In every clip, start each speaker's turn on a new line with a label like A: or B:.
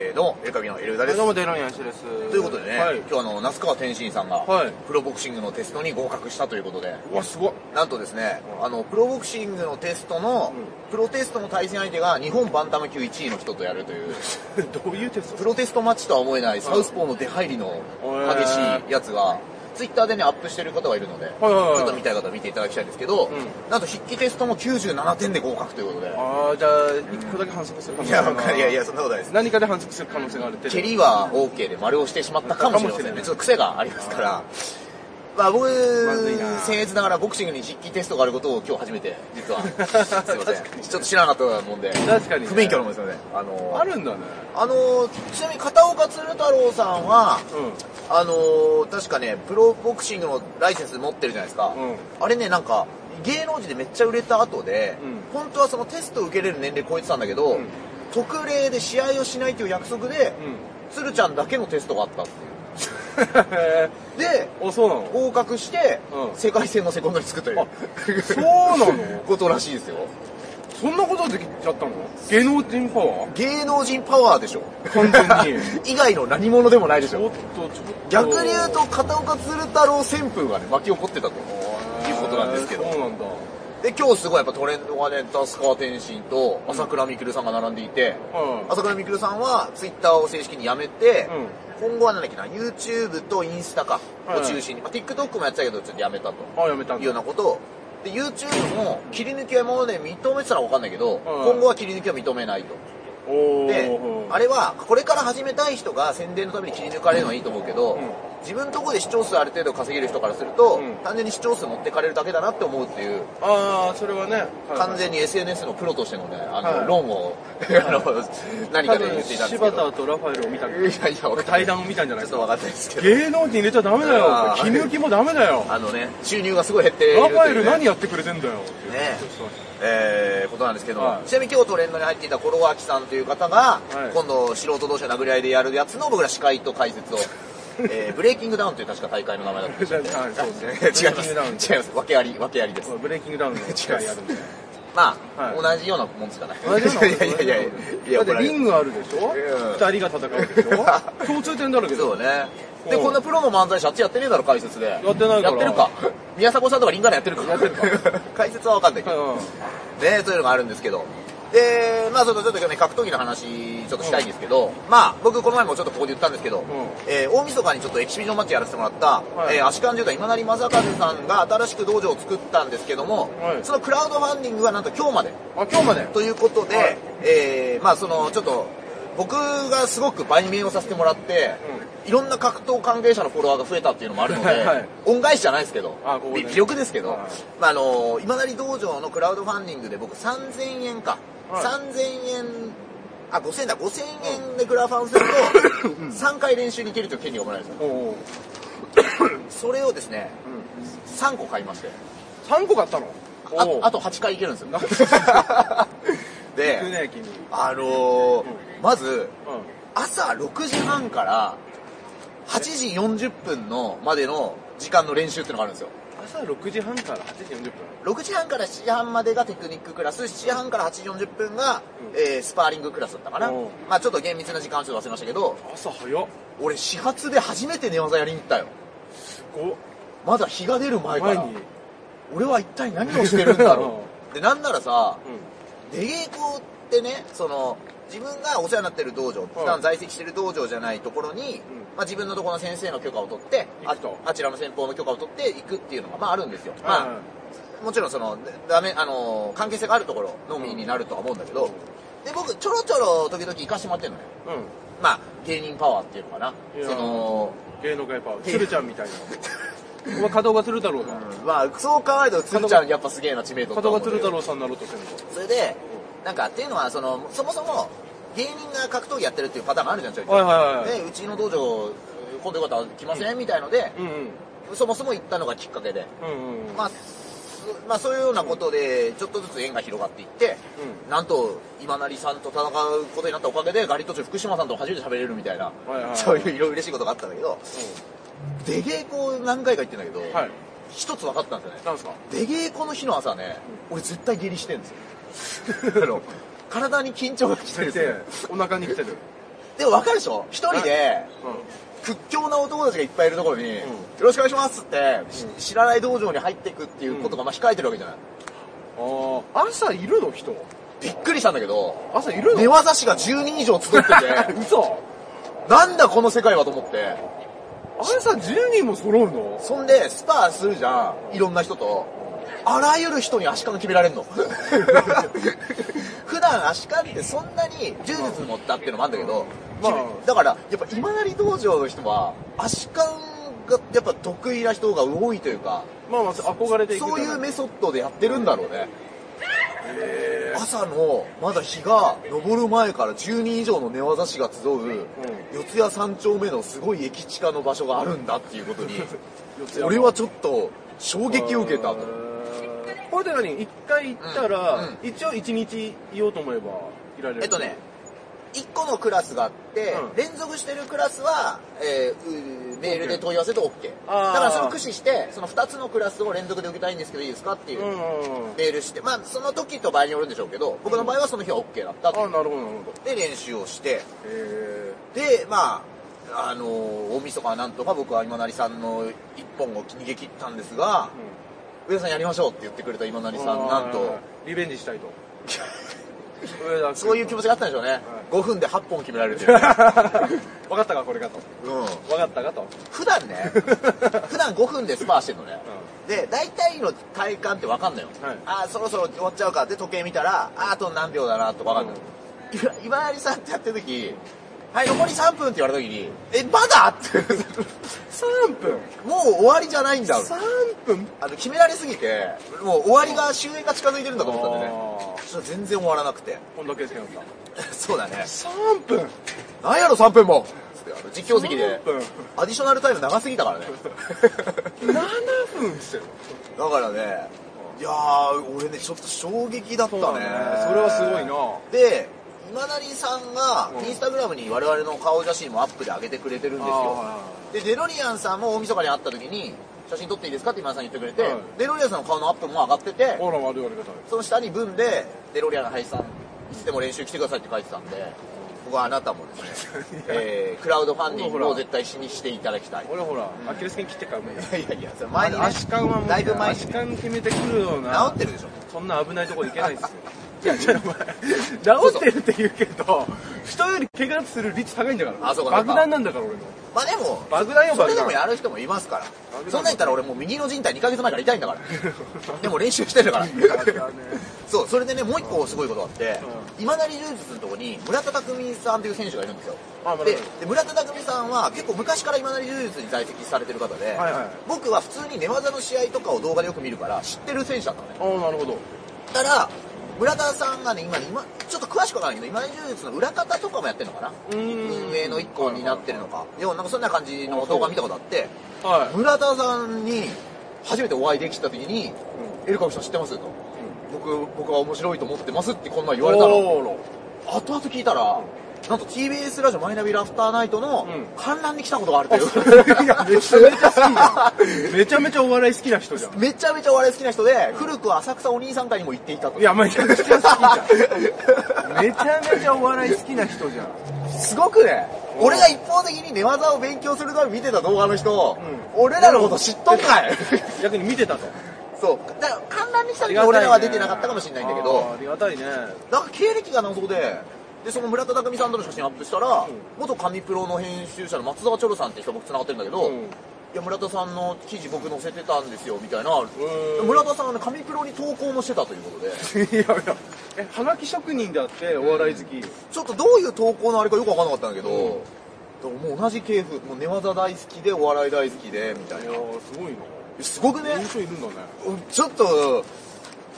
A: えーどうも、エルカビのエルウダです。
B: ど
A: と
B: うもデロニアンシです。と
A: いうことでね、
B: はい。
A: 今日あの、那須川天心さんが、
B: はい
A: プロボクシングのテストに合格したということで、
B: うわ、すごい。
A: なんとですね、あの、プロボクシングのテストの、
B: う
A: プロテストの対戦相手が日本バンタム級1位の人とやるという、
B: どういうテス
A: プロテストマッチとは思えないサウスポーの出入りの激しいやつが、ツイッターでね、アップしてる方がいるので、
B: はいはいはい
A: ちょっと見たい方は見ていただきたいんですけど、
B: う
A: なんと筆記テストも97点で合格ということで、
B: ああ、じゃあ、一個だけ反則する可能
A: い
B: 性が
A: や、
B: ある
A: わ
B: な
A: かりいやいや、そんなことないです。
B: 何かで反則する可能性があるって。
A: 蹴りは OK で丸をしてしまったかもしれませんね。
B: かもしれない
A: ちょっと癖がありますから。まあ僕、
B: まずいな
A: 僭越ながらボクシングに筆記テストがあることを今日初めて、実 は。すいません。ちょっと知らなかったもんで。
B: 確かにね
A: 不勉強なもんですよね。あのー
B: あるんだね。
A: あのーちなみに片岡鶴太郎さんは、
B: う
A: あのー確かね、プロボクシングのライセンス持ってるじゃないですか。
B: うん
A: あれね、なんか、芸能人でめっちゃ売れた後で、
B: うん
A: 本当はそのテストを受けれる年齢超えてたんだけど、
B: うん
A: 特例で試合をしないという約束で、
B: ん。うん。
A: 鶴ちゃんだけのテストがあったっていう
B: へ
A: で
B: ーあ、そうなの
A: 合格して、
B: うん
A: 世界戦のセコンドにつくという
B: あ、そうなの
A: ことらしいですよ
B: そんなことできちゃったの芸能人パワー
A: 芸能人パワーでしょ
B: 完全 に。
A: 以外の何者でもないでし
B: ちょ
A: ょ
B: っと、ちょっと。
A: 逆に言うと片岡鶴太郎旋風がね巻き起こってたということなんですけど
B: へーそうなんだ。
A: で今日すごいやっぱトレンドがね那須川天心と朝倉未来さんが並んでいて、
B: うん。
A: 朝倉未来さんはツイッターを正式にやめて、
B: うん
A: 今後はなんだっけな YouTube とインスタかを中心に、まあ、TikTok もやってたけどちょっとやめたと
B: あ、やめた
A: い
B: ん
A: うよう
B: だ。
A: なことを。で、YouTube も切り抜きは今まで認めてたのはわかんないけど、
B: ん
A: 今後は切り抜きは認めないと。
B: お
A: で、
B: ー。
A: あれは、これから始めたい人が宣伝のために切り抜かれるのはいいと思うけど、
B: うん
A: 自分のとこで視聴数ある程度稼げる人からすると、
B: うん
A: 単純に視聴数持ってかれるだけだなって思うっていう、
B: あー、それはね。はいはい
A: 完全に SNS のプロとしてのね、あ
B: は
A: の、
B: い
A: 論を、あの、何
B: 多
A: かで言っ
B: 分
A: ていたんですけ
B: 柴
A: ど。
B: 田とラファエルを見たけど
A: いやいや、俺、ちょ
B: 対談を見たんじゃない
A: っ
B: です
A: とわ
B: か
A: かんないですけど、
B: 芸能人入れちゃダメだ
A: あ
B: よ
A: ー
B: 気抜きもダメだよ
A: あのね、収入がすごい減っている
B: ラファ
A: とい
B: エ
A: うね
B: ル何やってくれてんだよ
A: ねえー、ことなんですけども、
B: はい
A: ちなみに今日トレンドに入っていたコロワキさんという方が、
B: はい
A: 今度素人同士の殴り合いでやるやつの僕ら司会と解説 を、えー、ブレイキングダウンという確か大会の名前だったんで
B: はいそうですね
A: す違います。違い
B: ブレイキングダウン
A: ます。訳あり、訳ありです。
B: ブレイキング ダウンの機会やるんで
A: まあ、
B: は
A: 同じようなもんですかね。
B: 同じようなこと
A: いや いやいやいや、いや
B: だってリン
A: グ
B: グあるでしょ
A: うん
B: 二人が戦うでし ょ共通点だらけだ
A: そう
B: よ
A: ね。で、
B: うん
A: こんなプロの漫才師あっちやってねえだろ、解説で。や
B: ってない
A: や
B: から
A: ってるか。宮迫さんとかリンガーナやってるか。
B: やってるか
A: 解説はわかんないけど。
B: う
A: ね、というのがあるんですけど。で、まあちょっとちょっと今日ね、格闘技の話、ちょっとしたいんですけど、まあ僕この前もちょっとここで言ったんですけど、えー大晦日にちょっとエキシビジョンマッチやらせてもらった、
B: はい
A: えー、足利柔道今成正和さんが新しく道場を作ったんですけども、
B: はい
A: そのクラウドファンディングがなんと今日まで
B: んあ今日まで
A: ということで、
B: はい
A: えー、まあそのちょっと、僕がすごく売名をさせてもらって、いろんな格闘関係者のフォロワーが増えたっていうのもあるので、
B: はい
A: 恩返しじゃないですけど、
B: あここで
A: 魅力ですけど、
B: はい
A: まああの今成道場のクラウドファンディングで僕3000円か、
B: はい
A: 3000円、あ、5000円だ、5000円でクラファンすると、3回 練習に行けるという権利がもらえるんですよ。
B: おお
A: それをですね、3個買いまして、
B: 3個買ったの
A: あ
B: おう
A: あと8回行けるんですよ
B: なん。
A: で
B: 行く、ね君うん
A: あのーまず、朝6時半から8時40分のまでの時間の練習っていうのがあるんですよ。
B: 朝6時半から8時40分
A: 6時半から7時半までがテクニッククラス、7時半から8時40分が、
B: うん
A: えースパーリングクラスだったかな
B: おう。
A: まあちょっと厳密な時間はちょっと忘れましたけど、
B: 朝早っ
A: 俺始発で初めて寝技やりに行ったよ。
B: こ
A: まだ日が出る前か
B: 前
A: ら
B: に。
A: 俺は一体何をしてるんだろ う。で、なんならさ、出稽古ってねその自分がお世話になってる道場普段在籍してる道場じゃないところに、まあ、自分のところの先生の許可を取ってあ
B: 行くと
A: あちらの先方の許可を取って行くっていうのが、まあ、あるんですよ、
B: うん
A: まあ、もちろんそのダメあの関係性があるところのみになるとは思うんだけど、
B: うん
A: で僕ちょろちょろ時々行かしてもらってるのよ
B: うん
A: まあ芸人パワーっていうのかない
B: やー
A: その
B: 芸能界パワー鶴ちゃんみたいなお前片岡鶴太郎だ
A: まあそう考えると鶴ちゃんやっぱすげえな知名度
B: 片
A: 思う
B: 岡
A: んだ
B: 鶴
A: けど
B: 太郎さんになろうとしてるのか
A: それで、なんかっていうのは、その、そもそも、芸人が格闘技やってるっていうパターンがあるじゃん、ちょいちょ
B: はいはいはい
A: で、うちの道場、今度よかったら来ません、みたいので、
B: うんうん
A: そもそも行ったのがきっかけで。
B: うんうん
A: まあ、そまあ、そういうようなことで、ちょっとずつ縁が広がっていって、なんと、今成さんと戦うことになったおかげで、ガリット中福島さんと初めて喋れるみたいな、
B: はいはい
A: そういういろいろ嬉しいことがあったんだけど、出稽古何回か行ってんだけど、
B: うんはい
A: 一つ分かったんですよね。
B: なんすか
A: 出稽古の日の朝ね、俺絶対下痢 してんですよ。あの体に緊張が来てるんですよ。
B: お腹に来てる
A: でも分かるでしょ一人で
B: う
A: 屈強な男たちがいっぱいいるところに、よろしくお願いしますって、し知らない道場に入っていくっていうことがまあ控えてるわけじゃない。
B: ん。ああ、朝いるの人
A: びっくりしたんだけど、
B: 朝いる
A: 寝
B: の
A: 技師が10人以上集ってて、
B: 嘘
A: なんだこの世界はと思って、
B: 朝10人も揃うの
A: そんでスパーするじゃん、いろんな人と。あらゆる人に足利決めら れんの。普段足利ってそんなに柔術に乗ったっていうのもあるんだけど、
B: まあ
A: 決めだからやっぱ今成道場の人は足利がやっぱ得意な人が多いというか、
B: まあまあ、憧れていく
A: そういう
B: 目
A: メソッドでやってるんだろうね。朝の、まだ日が昇る前から10人以上の寝技師が集う、四谷三丁目のすごい駅地下の場所があるんだっていうこと に、俺はちょっと衝撃を受けたと。
B: これで何一回行ったら、
A: うん
B: 一応一日いようと思えばいられる
A: えっとね、1個のクラスがあって、
B: うん
A: 連続してるクラスは、えーうメールで問い合わせと OK。
B: あー
A: だからそれを駆使して、その2つのクラスを連続で受けたいんですけどいいですかっていううん
B: うんうん
A: メールして、まあその時と場合によるんでしょうけど、僕の場合はその日は OK だった
B: あ
A: と
B: あなるほどなるほど
A: で練習をして、
B: へ
A: で、まあ、あのー大晦日はなんとか僕は今成さんの一本を逃げ切ったんですが
B: え、
A: 上田さんやりましょうって言ってくれた今成さん、なんと、
B: リベンジしたいと上田君
A: そういう気持ちがあったんでしょうね。5分で8本決められると いう。
B: 分かったかこれかと
A: うん
B: 分かったかと、
A: 普段ね、普段5分でスパーしてんのね。で、大体の体感って分かんないよ。
B: はい
A: ああ、そろそろ終わっちゃうかって時計見たら、あーあと何秒だなとか分かんない。今今成さんってやってる時、はい、残り3分って言われた時に、え、まだって、
B: 3分
A: もう終わりじゃないんだ。
B: 3分
A: あの、決められすぎて、もう終わりが、終焉が近づいてるんだと思ったんでね。
B: あ
A: そしたら全然終わらなくて。
B: ー本田圭佑さん
A: そうだね。
B: 3分
A: なんやろ3分もつってあの実況席で
B: 3、分
A: アディショナルタイム長すぎたからね。
B: 7分っすよ
A: だからね、いやー、俺ね、ちょっと衝撃だったね。
B: そうだねそれはすごいな
A: で、今成さんが
B: う、ん
A: インスタグラムに我々の顔写真もアップで上げてくれてるんですよ。で、デロリアンさんも大晦日に会った時に、写真撮っていいですかって今田さん言ってくれて、
B: はい
A: デロリアンさんの顔のアップも上がってて、
B: ほら悪い悪い方
A: その下に文で、デロリアンの林さん、いつでも練習来てくださいって書いてたんで、僕はあなたもです ね、 えー、クラウドファンディングを絶対しにしていただきたい。
B: 俺ほらアキレス腱切ってからもう
A: いやいやいや、それ前に、ね、
B: 足感はもう
A: だいぶ前に
B: 足
A: ね、
B: 感決めてくるような
A: 治ってるでしょ。
B: そんな危ないとこ行けないっすよいやちょっとお前治ってるって言うけど人より怪我する率高いんだから
A: あそうかそうか
B: 爆弾なんだから俺の
A: まあでも、
B: 爆弾よ
A: それ
B: 爆
A: で
B: 弾
A: もやる人もいますから
B: 爆。弾
A: そんなん言ったら俺もう右の靭帯2ヶ月前から痛いんだ から。でも練習してるから。そう、それでね、もう一個すごいことがあって、今成柔術のとこに村田匠さんという選手がいるんですよ。
B: あ村田
A: でで村田匠さんは結構昔から今成柔術に在籍されてる方で、
B: はいはい
A: 僕は普通に寝技の試合とかを動画でよく見るから知ってる選手だったのね。
B: ああなるほど
A: たら、村田さんがね、今ね、今、ちょっと詳しくわからないけど、今成柔術の裏方とかもやってるのかな
B: うーん
A: 運営の一個になってるのか。でもなんかそんな感じの動画見たことあって、
B: はい
A: 村田さんに初めてお会いできた時に「エルカブさん知ってます?」と「僕僕は面白いと思ってます」ってこんなん言われたら後
B: おーろ
A: 々聞いたらなんと TBS ラジオ「マイナビラフターナイト」の
B: うん
A: 観覧に来たことがあるという
B: いやめちゃめちゃ好きじゃんめちゃめちゃお笑い好きな人じゃ ん
A: めちゃめちゃお笑い好きな人で古くは浅草お兄さん会にも行っていたと
B: い やめちゃめちゃ好きじゃんめちゃめちゃお笑い好きな人じゃん
A: すごくね俺が一方的に寝技を勉強するために見てた動画の人、
B: う
A: 俺らのこと知っとんかい
B: 逆に見てたと
A: そうだから観覧に来た時は俺らは出てなかったかもしれないんだけど
B: あーありがたいね
A: なんか経歴が謎で、で、その村田匠さんとの写真アップしたら、元神プロの編集者の松沢チョロさんって人僕繋がってるんだけど、
B: うん
A: いや、村田さんの記事僕載せてたんですよ、みたいな。
B: ーん
A: 村田さんはね、神プロに投稿もしてた ということで、
B: いやいや、え、はがき職人であって、お笑い好き。
A: ちょっとどういう投稿のあれかよくわかんなかったんだけど、でももう同じ系譜、もう寝技大好きで、お笑い大好きで、みたいな。
B: ー、すごい
A: すごくね
B: な。、人いるんだね。
A: ちょっと、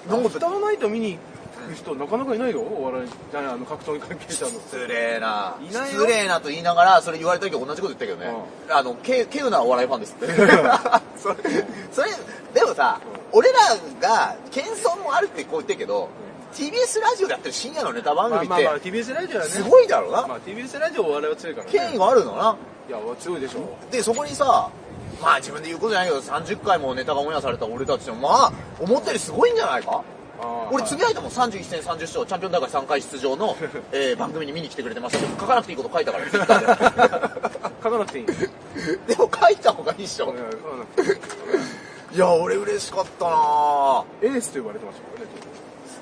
A: なん
B: 歌
A: か
B: わないと見に行く人、なかなかいないよ、お笑い、じゃない、あの、格闘に関係者の。
A: 失礼ない
B: ないよ
A: 失礼なと言いながらそれ言われた時同じこと言ったけどね、あのけけうなお笑いファン ですってそれそれでもさ、俺らが謙遜もあるってこう言ってるけど、TBS ラジオでやってる深夜のネタ番
B: ま
A: 組
B: あ
A: って、
B: まあまあ、TBS ラジオはね。
A: すごいだろうな、
B: まあ、TBS ラジオお笑いは強いからね。
A: 権威があるのない
B: や、強いでしょ。
A: でそこにさまあ自分で言うことじゃないけど30回もネタがオンエアされた俺たちもまあ思ったよりすごいんじゃないか
B: ああー
A: 俺 つぶやいたもん31戦30勝チャンピオン大会3回出場 の、えー番組に見に来てくれてますって書かなくていいこと書いたからツイッタ ー
B: 書かなくていい。
A: ででも書いた方がいいっしょいや俺嬉しかったなぁ
B: エースと呼ばれてましたからね。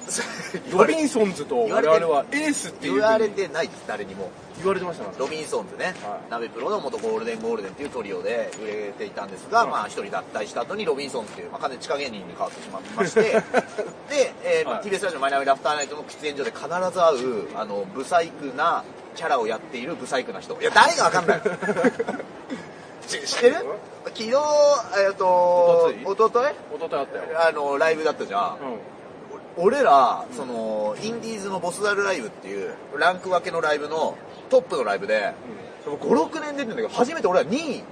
B: ロビンソンズと我
A: 言われて
B: 々
A: る
B: はエースっていう
A: 言われてないです誰にも
B: 言われてましたから。
A: ロビンソンズね、
B: はい
A: 鍋プロの元ゴールデンゴールデンっていうトリオで売れていたんですが、
B: うん
A: まあ一人脱退した後にロビンソンズっていう、まあ、完全に地下芸人に変わってしまいまして で、えーまあ
B: はい
A: TBS ラジオのマイナビラフターナイトの喫煙所で必ず会うあのブサイクなキャラをやっているブサイクな人いや誰がわかん ない知知ってる昨日えっ、と
B: お
A: おととい
B: 一昨日あったよ。
A: あのライブだったじゃん、俺らそのインディーズのボスダルライブっていうランク分けのライブのトップのライブで56年出てんだけど初めて俺は2位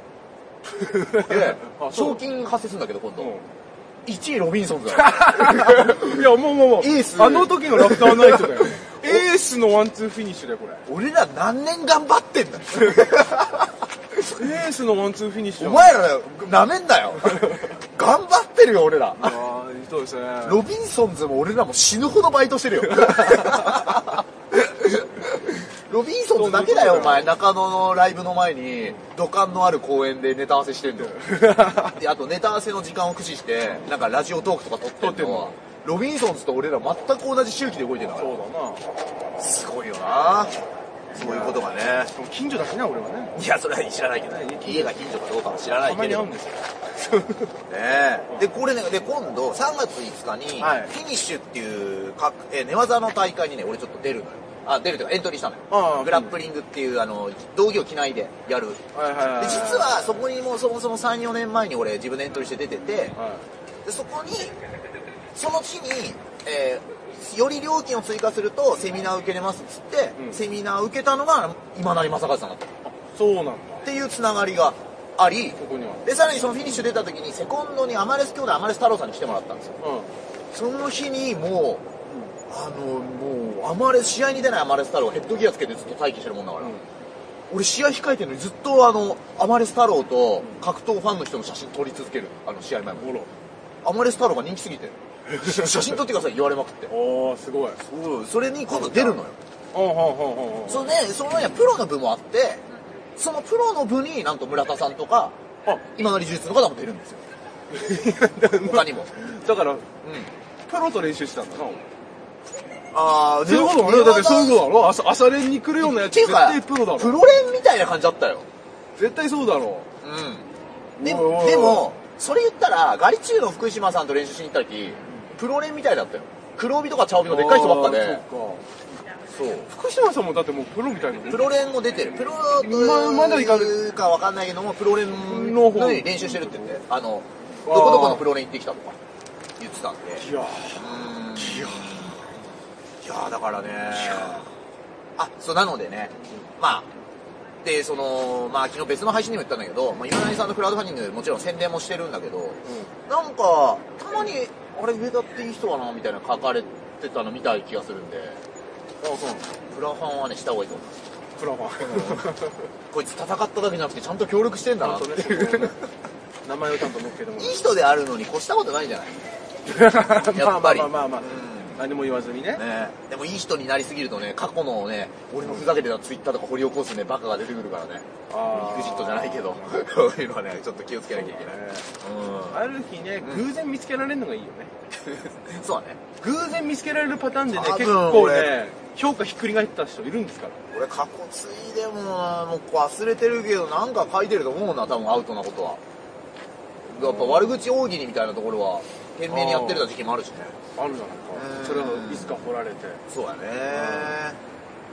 A: で
B: あそう
A: 賞金発生するんだけど今
B: うん
A: 度1位ロビンソンズだよ
B: いや、もうもうもう。
A: エース
B: あの時のラフターナイ トだよね。エースのワンツーフィニッシュだよ、これ。
A: 俺ら何年頑張ってんだよ
B: エースのワンツーフィニッシュ
A: お
B: だ
A: 前らなめんなよ頑張ってるよ俺ら
B: ああ、そうですね。
A: ロビンソンズも俺らも死ぬほどバイト してるよロビンソンズだけだよお前中野のライブの前に土管のある公園でネタ合わせして んのよであとネタ合わせの時間を駆使してなんかラジオトークとか撮ってんの
B: 撮ってんの
A: ロビンソンズと俺ら全く同じ周期で動いてんだか
B: そう
A: らすごいよなそういうことがね
B: だな。近所だしな、俺はね。
A: いやそれは知らないけど家が近所かどうかは知らな
B: た
A: い
B: ま
A: けれ
B: に
A: ど
B: 会う
A: も
B: んですよ。
A: ねえで、これね、で、今度、3月5日に、フ
B: はい
A: ィニッシュっていう、かえー寝技の大会にね、俺ちょっと出るのよ。あ、出るというか、エントリーしたの
B: ああ
A: よ。グラップリングっていう、あの、道着を着ないでやる。で、
B: はいはいはい。
A: 実、は、そこにもうそもそも3、4年前に俺、自分でエントリーして出てて、
B: は
A: で、そこに、その日に、えーより料金を追加すると、セミナー受けれますっつって、
B: うん
A: セミナー受けたのが、今成正和さんだった。っ
B: い。そうなんだ。
A: ていうつながりがあり、
B: ここには。
A: で、さらにそのフィニッシュ出た時に、セコンドにアマレス兄弟、アマレス太郎さんに来てもらったんですよ。
B: う
A: その日にもう、あの、もう、アマレス、試合に出ないアマレス太郎、ヘッドギアつけてずっと待機してるもんだから、
B: ん。
A: 俺試合控えてるのにずっとあの、アマレス太郎と格闘ファンの人の写真撮り続ける、あの、試合前も。
B: ほら。
A: アマレス太郎が人気す ぎて、写真撮ってください言われまくって。
B: おー、すごい。
A: それに今度出るのよ。
B: うんうんうんうんうん。
A: それで、そのね、プロの部もあって、そのプロの部になんと村田さんとか、
B: あ、
A: 今成術の方も出るんですよ。 他にも。
B: だから、
A: うん。
B: プロと練習してたんだな、お前
A: あー
B: そういうことだろだってそういうことだろ朝朝練に来るようなや
A: っ
B: つ
A: ていう
B: 絶
A: か
B: 対プロだ
A: プ
B: ろ
A: ロ連みたいな感じだったよ。
B: 絶対そうだろ
A: うん。で
B: おいおいおい
A: でも、それ言ったら、ガリチューの福島さんと練習しに行った時、プロ連みたいだったよ。黒帯とか茶帯のでっかい人ばっか
B: あ
A: で
B: ー。
A: そ
B: そ
A: う。
B: っか福島さんもだってもうプロみたいなもん
A: プロ連も出てる。プロ
B: ままだいかない
A: かわかんないけども、プロ連
B: の
A: の
B: 方
A: 練習してるって言って、あの、
B: あ
A: ど
B: ー
A: こどこのプロ連行ってきたとか言ってたんで。
B: いや
A: うん
B: ーいや
A: いやーだからねあそうなのでねまあでそのまあ昨日別の配信にも言ったんだけど、まあ、今成さんのクラウドファンディングもちろん宣伝もしてるんだけどなんかたまにあれ上田っていい人かなみたいな書かれてたの見たい気がするんで
B: ーあそうなんだ
A: プラファンはねした方がいいと思います
B: プロファ
A: こいつ戦っただけじゃなくてちゃんと協力してんだなってい
B: ン
A: う
B: ね名前をちゃんと載っけても
A: いい人であるのに越したことないじゃない
B: らう
A: やっぱり
B: まあまあまあまあ
A: うん
B: 何も言わずにね
A: ねえ、でもいい人になりすぎるとね過去のね俺のふざけてたツイッターとか掘り起こすねバカが出てくるからね
B: あー
A: EXIT じゃないけどそういうのはねちょっと気をつけなきゃいけない
B: ある日ね偶然見つけられるのがいいよね
A: うんそうだね
B: 偶然見つけられるパターンでね
A: 多分
B: 結構
A: 俺
B: ね評価ひっくり返った人いるんですから
A: 俺過去ついでもなもう忘れてるけどなんか書いてると思うな多分アウトなことはやっぱ悪口大喜利みたいなところは懸命にやってた時期もあるしね
B: あるじゃないうか
A: ん
B: それをいつか掘られて
A: そうだね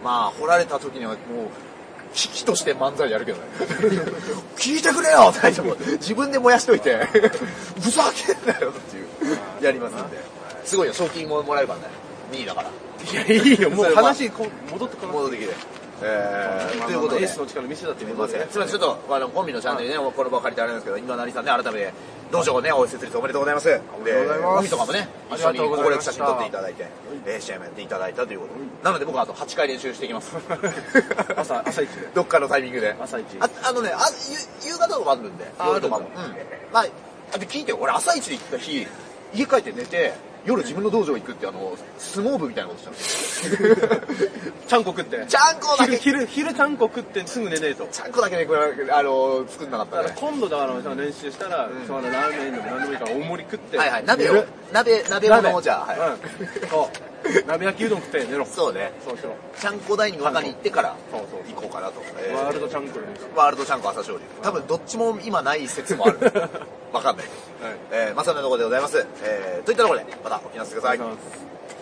A: まあ掘られた時にはもう危機として漫才やるけどね 聞いてくれよ大丈夫自分で燃やしといて ふざけんなよっていうやりますんですごいよ賞金ももらえるからね2位だから
B: いやいいよも
A: そうれは
B: 話こ戻ってこな
A: 戻ってきてえー、ということ
B: エ
A: で
B: ースの力見せたって
A: す
B: い
A: み
B: う
A: ま
B: こ
A: せ
B: と
A: ん。
B: です
A: みません、ちょっと、あの、コンビのチャンネルね、この場を借りてあれなんですけど、今成さんね、改めて、道場をね、お設立おめでとうございます。で、
B: めでとうございます
A: 海とかもね、
B: あ
A: 一
B: り
A: 緒
B: が
A: に
B: とうござ
A: 攻
B: いま
A: 略
B: した
A: 写真撮っていただいて、えー試合もやっていただいたということで。なので僕はあと8回練習していきます。
B: 朝朝一で
A: どっかのタイミングで。
B: 朝一
A: ああのね、あゆ夕方とかもあるんで、
B: あ
A: 夜とかも。う
B: あ
A: ん
B: るんだ。
A: まあ、あと聞いてよ、俺朝一で行った日、家帰って寝て、夜自分の道場行くってあの、相撲部みたいなことしたの。
B: ちゃんこ食って。
A: ちゃんこだけ、
B: 昼、昼、昼ちゃんこ食ってすぐ寝ねえと。
A: ちゃんこだけね、これ、あの、作んなかっ
B: だ
A: た
B: から
A: ね。
B: 今度だからさ練習したら、そのラーメンでも何でもいいから大盛り食って。
A: はいはい、鍋
B: 寝
A: を
B: る、
A: 鍋、鍋物をじゃあ、はい。
B: うん。そう。鍋焼きうどん食って寝ろ。そう
A: そうね。
B: しろ。
A: ちゃんこダイニング中に行ってから、
B: そうそう
A: 行こうかなと。えー
B: ワールドチャンクルに。
A: ワールドチャンコ朝勝利。多分どっちも今ない説 もある。わかんない。
B: はい。
A: えー、まあそんなところでございます。えー、といったところで、またお聞きなさいください。
B: ありがとうございます